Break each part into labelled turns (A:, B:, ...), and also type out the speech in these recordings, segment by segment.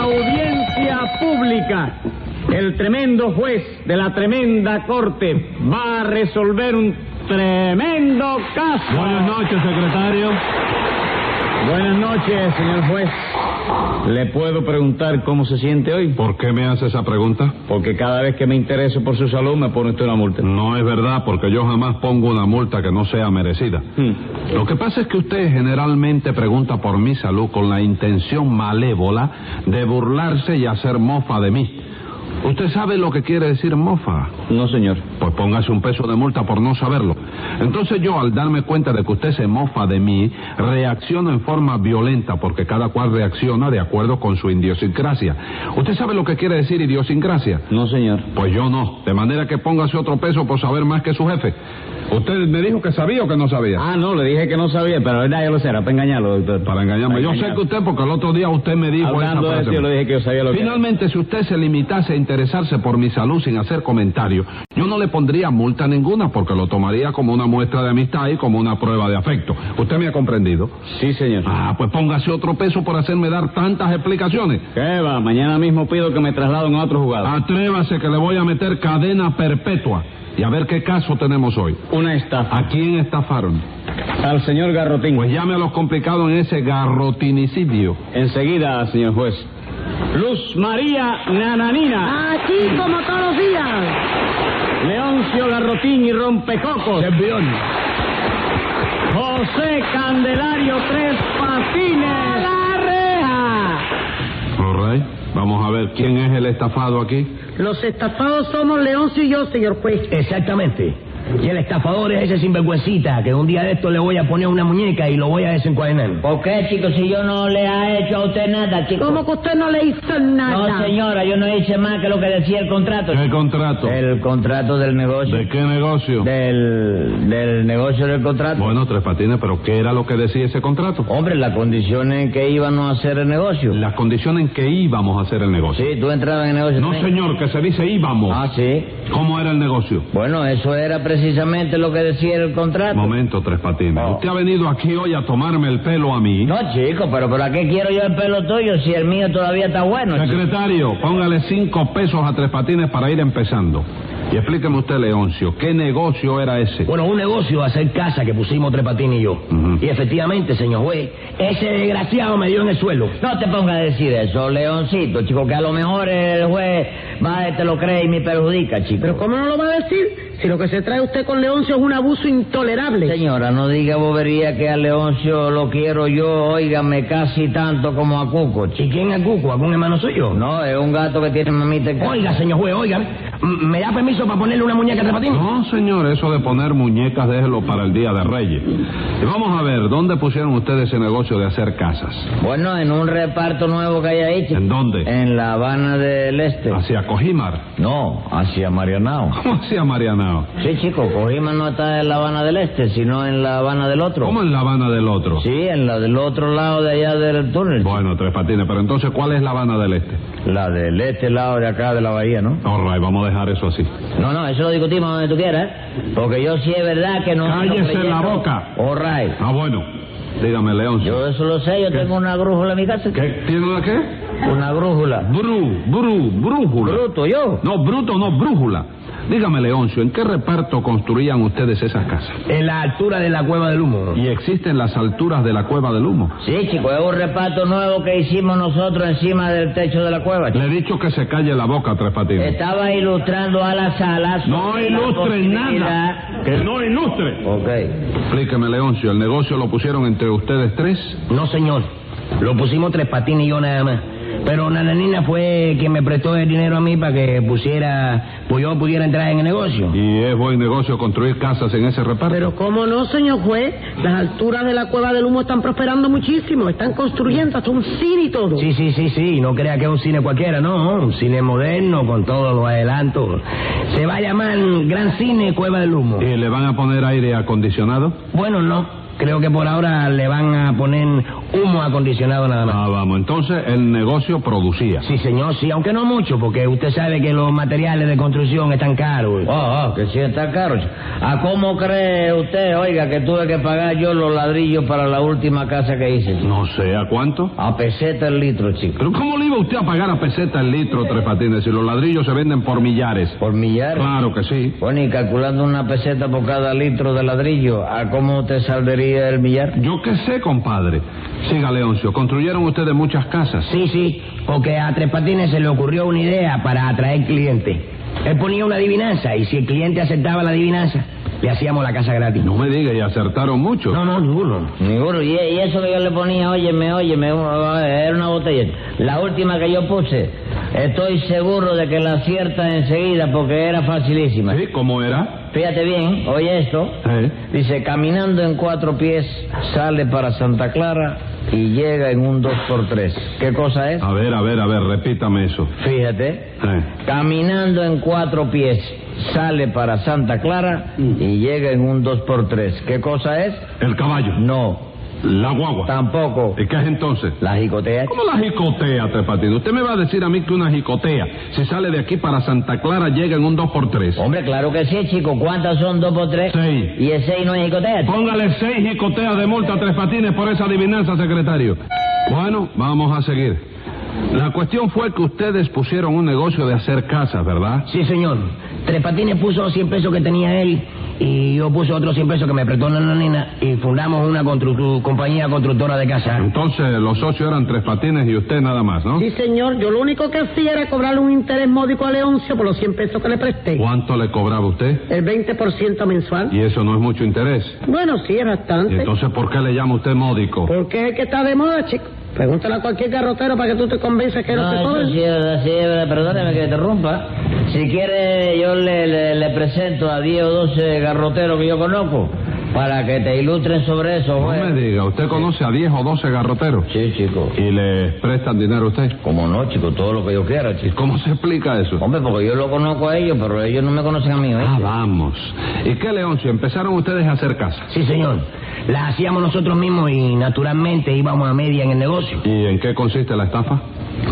A: audiencia pública. El tremendo juez de la tremenda corte va a resolver un tremendo caso.
B: Buenas noches, secretario.
A: Buenas noches, señor juez. ¿Le puedo preguntar cómo se siente hoy?
B: ¿Por qué me hace esa pregunta?
A: Porque cada vez que me intereso por su salud me pone usted una multa.
B: No es verdad, porque yo jamás pongo una multa que no sea merecida.
A: Hmm.
B: Lo que pasa es que usted generalmente pregunta por mi salud con la intención malévola de burlarse y hacer mofa de mí. ¿Usted sabe lo que quiere decir mofa?
A: No, señor.
B: Pues póngase un peso de multa por no saberlo. Entonces yo, al darme cuenta de que usted se mofa de mí, reacciono en forma violenta, porque cada cual reacciona de acuerdo con su idiosincrasia. ¿Usted sabe lo que quiere decir idiosincrasia?
A: No, señor.
B: Pues yo no. De manera que póngase otro peso por saber más que su jefe. ¿Usted me dijo que sabía o que no sabía?
A: Ah, no, le dije que no sabía, pero era yo lo sé, era para engañarlo, doctor.
B: Para engañarme. Yo sé que usted, porque el otro día usted me dijo
A: Hablando
B: esa
A: de eso,
B: frase.
A: yo le dije que yo sabía lo que era.
B: Finalmente, si usted se limitase a interesarse por mi salud sin hacer comentario, yo no le pondría multa ninguna porque lo tomaría como una muestra de amistad y como una prueba de afecto. ¿Usted me ha comprendido?
A: Sí, señor.
B: Ah, pues póngase otro peso por hacerme dar tantas explicaciones.
A: ¿Qué va? Mañana mismo pido que me trasladen a otro juzgado.
B: Atrévase que le voy a meter cadena perpetua y a ver qué caso tenemos hoy.
A: Una estafa.
B: ¿A quién estafaron?
A: Al señor Garrotín.
B: Pues llame a los complicados en ese garrotinicidio.
A: Enseguida, señor juez. Luz María Nananina,
C: Aquí como todos los días.
A: Leoncio Garrotín y Rompecocos, José Candelario Tres Patines.
C: ¡La reja!
B: All right. Vamos a ver quién es el estafado aquí.
C: Los estafados somos Leoncio y yo, señor juez.
D: Exactamente. Y el estafador es ese sinvergüencita que un día de esto le voy a poner una muñeca y lo voy a desencuadenar.
E: ¿Por qué, chicos? Si yo no le ha hecho a usted nada, chicos.
C: Como que usted no le hizo
E: No,
C: nada.
E: señora, yo no hice más que lo que decía el contrato.
B: ¿Qué contrato?
E: El contrato del negocio.
B: ¿De qué negocio?
E: Del, del negocio del contrato.
B: Bueno, Tres Patines, pero ¿qué era lo que decía ese contrato?
E: Hombre, las condiciones en que íbamos a hacer el negocio.
B: Las condiciones en que íbamos a hacer el negocio.
E: Sí, tú entrabas en el negocio.
B: No,
E: también.
B: señor, que se dice íbamos.
E: Ah, sí.
B: ¿Cómo era el negocio?
E: Bueno, eso era precisamente lo que decía el contrato.
B: Momento, Tres Patines.
E: No.
B: Usted ha venido aquí hoy a tomarme el pelo a mí.
E: No, chico, pero ¿para qué quiero yo el pelo tuyo si el mío todavía está bueno? chico?
B: Secretario, póngale cinco pesos a Tres Patines para ir empezando. Y explíqueme usted, Leoncio, ¿qué negocio era ese?
D: Bueno, un negocio a hacer casa que pusimos Tres Patines y yo.
B: Ujú.
D: Y efectivamente, señor juez, ese desgraciado me dio en el suelo.
E: No te pongas a decir eso, Leoncito, chico, que a lo mejor el juez va y te lo cree y me perjudica, chico.
C: Pero ¿cómo no lo va a decir si lo que se trae usted con Leoncio es un abuso intolerable?
E: Señora, no diga bobería que a Leoncio lo quiero yo, óigame, casi tanto como a Cuco,
D: ¿Y
E: chico.
D: quién es Cuco? ¿Algún hermano suyo?
E: No, es un gato que tiene mamita en casa.
D: Oiga, señor juez, oiga. m- ¿Me da permiso para ponerle una muñeca a Tres Patines?
B: No, señor, eso de poner muñecas déjelo para el Día de Reyes. Y vamos a ver, ¿dónde pusieron ustedes ese negocio de hacer casas?
E: Bueno, en un reparto nuevo que hay ahí, chico.
B: ¿En dónde?
E: En La Habana del Este.
B: Hacia Cojimar.
E: No, hacia Marianao.
B: ¿Cómo hacia Marianao?
E: Sí, chico, Cojima no está en La Habana del Este, sino en La Habana del otro.
B: ¿Cómo en La Habana del otro?
E: Sí, en la del otro lado de allá del túnel. chico.
B: Bueno, Tres Patines, pero entonces, ¿cuál es La Habana del Este?
E: La del este lado de acá de la bahía, ¿no?
B: All right, vamos a dejar eso así.
E: No, no, eso lo discutimos donde tú quieras, ¿eh? porque yo sí es verdad que no...
B: ¡Cállese
E: no creyendo-
B: la boca!
E: All right.
B: Ah, bueno. Dígame, Leoncio.
E: Yo eso lo sé, yo tengo una brújula en mi casa.
B: ¿Qué? ¿Tiene una qué?
E: Una brújula.
B: Bru, bru, brújula.
E: Bruto, yo.
B: No, bruto, no, brújula. Dígame, Leoncio, ¿en qué reparto construían ustedes esas casas?
D: En la altura de la cueva del humo.
B: ¿Y existen las alturas de la Cueva del Humo?
E: Sí, chico, es un reparto nuevo que hicimos nosotros encima del techo de la cueva. chico.
B: Le he dicho que se calle la boca, Tres Patines.
E: Estaba ilustrando a la sala...
B: No
E: sobre la
B: ilustre
E: posibilidad-
B: nada. Que no ilustre.
E: Ok.
B: Explíqueme, Leoncio, ¿el negocio lo pusieron entre ustedes tres?
D: No, señor. Lo pusimos tres patines y yo nada más. Pero Nananina fue quien me prestó el dinero a mí para que pusiera, pues yo pudiera entrar en el negocio.
B: ¿Y es buen negocio construir casas en ese reparto?
C: Pero ¿cómo no, señor juez? Las alturas de la cueva del humo están prosperando muchísimo. Están construyendo hasta un cine y todo.
D: Sí, sí, sí, sí. No crea que es un cine cualquiera, no. Un cine moderno con todos los adelantos. Se va a llamar Gran Cine Cueva del Humo.
B: ¿Y le van a poner aire acondicionado?
D: Bueno, no. Creo que por ahora le van a poner humo acondicionado nada más.
B: Ah, vamos, entonces el negocio producía.
D: Sí, señor, sí, aunque no mucho, porque usted sabe que los materiales de construcción están caros.
E: Ah, ah, que sí está caro. chico. ¿A cómo cree usted, oiga, que tuve que pagar yo los ladrillos para la última casa que hice? chico?
B: No sé a cuánto.
E: A peseta el litro, chico.
B: Pero ¿cómo le iba usted a pagar a peseta el litro tres patines si los ladrillos se venden por millares?
E: Por millares.
D: Ah.
B: Claro que sí.
E: Bueno, y calculando una peseta por cada litro de ladrillo, ¿a cómo te saldría el millar?
B: Yo qué sé, compadre. Siga, Leoncio. Construyeron ustedes muchas casas.
D: Sí, sí, porque a Tres Patines se le ocurrió una idea para atraer clientes. Él ponía una adivinanza y si el cliente aceptaba la adivinanza, le hacíamos la casa gratis.
B: No me diga, y acertaron mucho.
D: no, no ninguno.
E: Seguro, y, y eso que yo le ponía, óyeme, óyeme, u- era una botella. La última que yo puse, estoy seguro de que la acierta enseguida porque era facilísima.
B: ¿Sí? ¿Cómo era?
E: Fíjate bien, oye esto.
B: ¿Eh?
E: Dice, caminando en cuatro pies, sale para Santa Clara y llega en un 2x3. ¿Qué cosa
D: Ah.
E: es?
B: A ver, a ver, a ver, repítame eso.
E: Fíjate.
B: ¿Eh?
E: Caminando en cuatro pies, sale para Santa Clara y
D: Mm.
E: llega en un 2x3. ¿Qué cosa es?
B: El caballo.
E: No,
B: La guagua.
E: tampoco.
B: ¿Y qué es entonces?
E: La jicotea.
B: ¿Cómo la jicotea, Tres Patines? Usted me va a decir a mí que una jicotea, si sale de aquí para Santa Clara, llega en un 2x3.
E: Hombre, claro que sí, chico. ¿Cuántas son dos por tres?
B: Seis.
E: ¿Y el seis no es jicotea? chico?
B: Póngale seis jicoteas de multa a Tres Patines por esa adivinanza, secretario. Bueno, vamos a seguir. La cuestión fue que ustedes pusieron un negocio de hacer casas, ¿verdad?
D: Sí, señor. Tres Patines puso 100 pesos que tenía él y yo puse otros 100 pesos que me prestó la nena y fundamos una constru- compañía constructora de casas.
B: Entonces, los socios eran Tres Patines y usted nada más, ¿no?
C: Sí, señor, yo lo único que hacía era cobrarle un interés módico a Leoncio por los 100 pesos que le presté.
B: ¿Cuánto le cobraba usted?
C: El 20% mensual.
B: Y eso no es mucho interés.
C: Bueno, sí, Pues, es
B: ¿Y
C: bastante.
B: entonces por qué le llama usted módico?
C: Porque es el que está de moda, chico. Pregúntale a cualquier garrotero para que tú te convences que no,
E: No,
C: te
E: Ah, eso
C: cobran.
E: sí es verdad, sí es verdad. Perdóneme que interrumpa. Si quiere, yo le, le- le presento a 10 o 12 garroteros que yo conozco para que te ilustren sobre eso.
B: No
E: juez.
C: pues,
B: me diga, usted conoce a 10 o 12 garroteros
E: Sí, chico.
B: y le prestan dinero a usted.
E: Como no, chico, todo lo que yo quiera,
B: ¿Y
E: chico.
B: cómo se explica eso?
E: Hombre, porque yo lo conozco a ellos, pero ellos no me conocen a mí, ¿eh?
B: Ah, vamos. ¿Y qué, Leoncio? ¿Empezaron ustedes a hacer casas?
D: Sí, señor. La hacíamos nosotros mismos y naturalmente íbamos a media en el negocio.
B: ¿Y en qué consiste la estafa?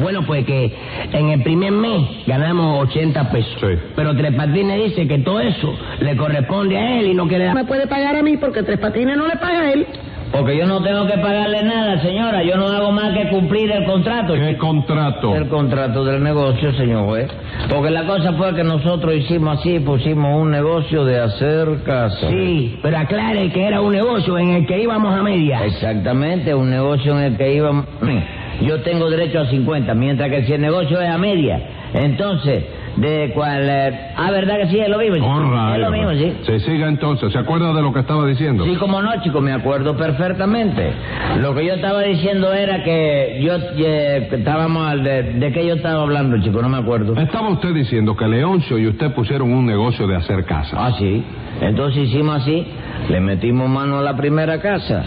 D: Bueno, pues que en el primer mes ganamos 80 pesos.
B: Sí.
D: Pero Tres Patines dice que todo eso le corresponde a él y no quiere dar...
C: Me puede pagar a mí porque Tres Patines no le paga a él.
E: Porque yo no tengo que pagarle nada, señora. Yo no hago más que cumplir el contrato.
B: ¿Qué contrato?
E: El contrato del negocio, señor juez. Porque la cosa fue que nosotros hicimos así, pusimos un negocio de hacer casa.
D: Sí, pero aclare que era un negocio en el que íbamos a media.
E: Exactamente, un negocio en el que íbamos... Yo tengo derecho a 50, mientras que si el negocio es a media, entonces, de cual... eh, Ah, ¿verdad que sí? Es lo mismo. chico?
B: Oh,
E: es
B: rayos.
E: lo mismo, sí.
B: Se siga entonces. ¿Se acuerda de lo que estaba diciendo?
E: Sí, como no, chico, me acuerdo perfectamente. Lo que yo estaba diciendo era que yo eh, que estábamos al de, de qué yo estaba hablando, chico, no me acuerdo.
B: Estaba usted diciendo que Leoncio y usted pusieron un negocio de hacer casas.
E: Ah, sí. Entonces hicimos así, le metimos mano a la primera casa,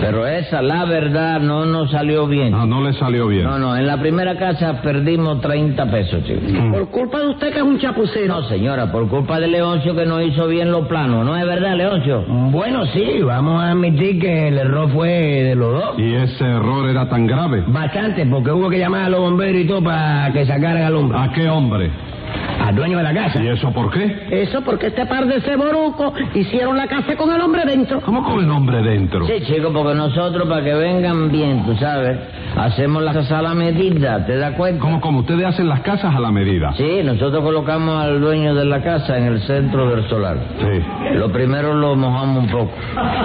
E: pero esa, la verdad, no nos salió bien.
B: Ah, no le salió bien.
E: No, no, en la primera casa perdimos 30 pesos, chico.
B: Mm.
C: Por culpa de usted que es un chapucero.
E: No, señora, por culpa de Leoncio que no hizo bien los planos, ¿no es verdad, Leoncio?
D: Bueno, sí, vamos a admitir que el error fue de los dos.
B: ¿Y ese error era tan grave?
D: Bastante, porque hubo que llamar a los bomberos y todo para que sacaran al hombre.
B: ¿A qué hombre?
D: Al dueño de la casa.
B: ¿Y eso por qué?
C: Eso porque este par de ceborucos hicieron la casa con el hombre dentro.
B: ¿Cómo con el hombre dentro?
E: Sí, chico, porque nosotros para que vengan bien, tú sabes, hacemos la casa a la medida, ¿te das cuenta?
B: ¿Cómo, como ustedes hacen las casas a la medida?
E: Sí, nosotros colocamos al dueño de la casa en el centro del solar.
B: Sí.
E: Lo primero lo mojamos un poco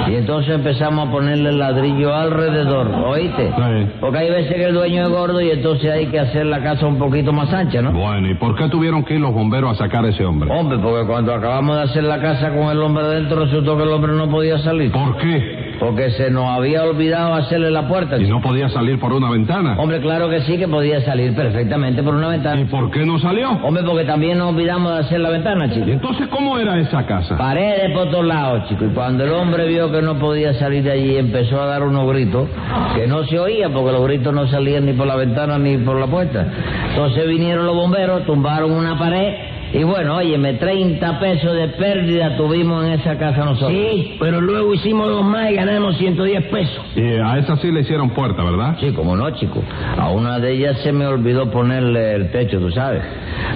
E: y entonces empezamos a ponerle ladrillo alrededor, ¿oíste?
B: Sí.
E: Porque hay veces que el dueño es gordo y entonces hay que hacer la casa un poquito más ancha, ¿no?
B: Bueno, ¿y por qué tuvieron que ir los bomberos a sacar a ese hombre?
E: Hombre, porque cuando acabamos de hacer la casa con el hombre adentro, resultó que el hombre no podía salir.
B: ¿Por qué?
E: Porque se nos había olvidado hacerle la puerta.
B: ¿Y
E: chico.
B: no podía salir por una ventana?
E: Hombre, claro que sí que podía salir perfectamente por una
B: ¿Y
E: ventana.
B: por qué no salió?
E: Hombre, porque también nos olvidamos de hacer la ventana,
B: ¿Y
E: chico.
B: entonces cómo era esa casa?
E: Paredes por todos lados, chico. Y cuando el hombre vio que no podía salir de allí, empezó a dar unos gritos que no se oía porque los gritos no salían ni por la ventana ni por la puerta. Entonces vinieron los bomberos, tumbaron una pared Y bueno, óyeme, 30 pesos de pérdida tuvimos en esa casa nosotros.
D: Sí, pero luego hicimos dos más y ganamos 110 pesos.
B: Y a esa sí le hicieron puerta, ¿verdad?
E: Sí, como no, chico. A una de ellas se me olvidó ponerle el techo, tú sabes.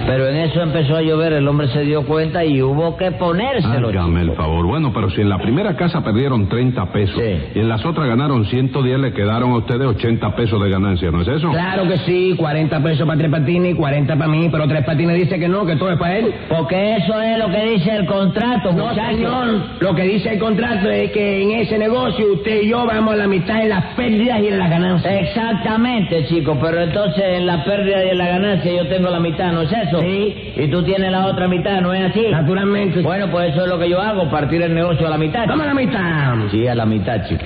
E: Pero en eso empezó a llover, el hombre se dio cuenta y hubo que ponérselo.
B: Hágame el favor. Bueno, pero si en la primera casa perdieron 30 pesos
E: Sí.
B: y en las otras ganaron 110, le quedaron a ustedes 80 pesos de ganancia, ¿no es eso?
D: Claro que sí, 40 pesos para Tres Patines y 40 para mí, pero Tres Patines dice que no, que todo es para él.
E: Porque eso es lo que dice el contrato,
D: No,
E: muchacho.
D: señor, lo que dice el contrato es que en ese negocio usted y yo vamos a la mitad en las pérdidas y en las ganancias.
E: Exactamente, chico, pero entonces en la pérdida y en la ganancia yo tengo la mitad, ¿no es eso?
D: Sí.
E: Y tú tienes la otra mitad, ¿no es así?
D: Naturalmente.
E: Bueno, pues eso es lo que yo hago, partir el negocio a la mitad.
D: Vamos a la mitad.
E: Sí, a la mitad, chico.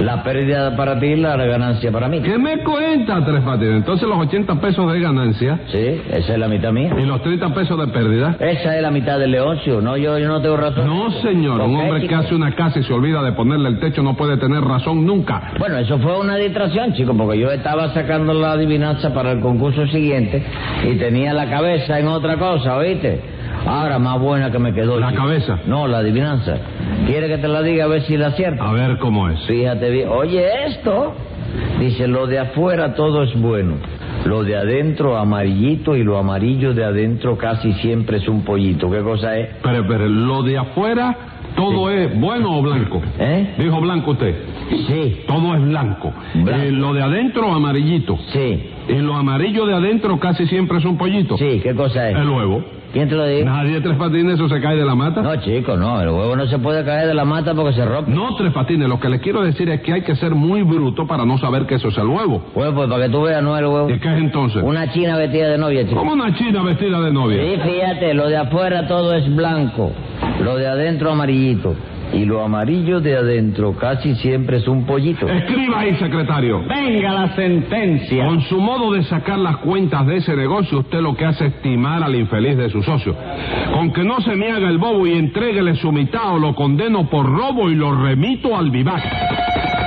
E: La pérdida para ti y la ganancia para mí.
B: ¿Qué me cuenta, Tres Patines? Entonces los 80 pesos de ganancia
E: Sí, esa es la mitad mía.
B: y los 30 pesos de pérdida.
E: Esa es la mitad del negocio, ¿no? Yo, yo no tengo razón.
B: No, señor. Un
E: Ok,
B: hombre que
E: chico.
B: hace una casa y se olvida de ponerle el techo no puede tener razón nunca.
E: Bueno, eso fue una distracción, chico, porque yo estaba sacando la adivinanza para el concurso siguiente y tenía la cabeza en otra cosa, ¿oíste? Ahora más buena que me quedó.
B: ¿La
E: chico.
B: cabeza?
E: No, la adivinanza. ¿Quiere que te la diga a ver si la acierto?
B: A ver cómo es.
E: Fíjate bien. Oye, esto. Dice, lo de afuera todo es bueno. Lo de adentro amarillito y lo amarillo de adentro casi siempre es un pollito. ¿Qué cosa es?
B: Pero, pero lo de afuera, todo es bueno o blanco.
E: ¿Eh?
B: Dijo blanco usted.
E: Sí,
B: Todo es blanco.
E: Blanco.
B: Eh, lo de adentro, amarillito.
E: sí,
B: Y lo amarillo de adentro casi siempre es un pollito.
E: sí. ¿Qué cosa es?
B: El huevo.
E: ¿Quién te lo dijo?
B: Nadie tres patines, eso se cae de la mata.
E: No, chico, no, el huevo no se puede caer de la mata porque se rompe.
B: No, tres patines, lo que le quiero decir es que hay que ser muy bruto para no saber que eso es el huevo.
E: Bueno, pues para que tú veas, no el huevo.
B: ¿Y qué es entonces?
E: Una china vestida de novia, chico.
B: Como una china vestida de novia.
E: Sí, fíjate, lo de afuera todo es blanco, lo de adentro amarillito. Y lo amarillo de adentro casi siempre es un pollito.
B: Escriba ahí, secretario.
A: Venga la sentencia.
B: Con su modo de sacar las cuentas de ese negocio, usted lo que hace es timar al infeliz de su socio. Con que no se me haga el bobo y entréguele su mitad o lo condeno por robo y lo remito al vivac.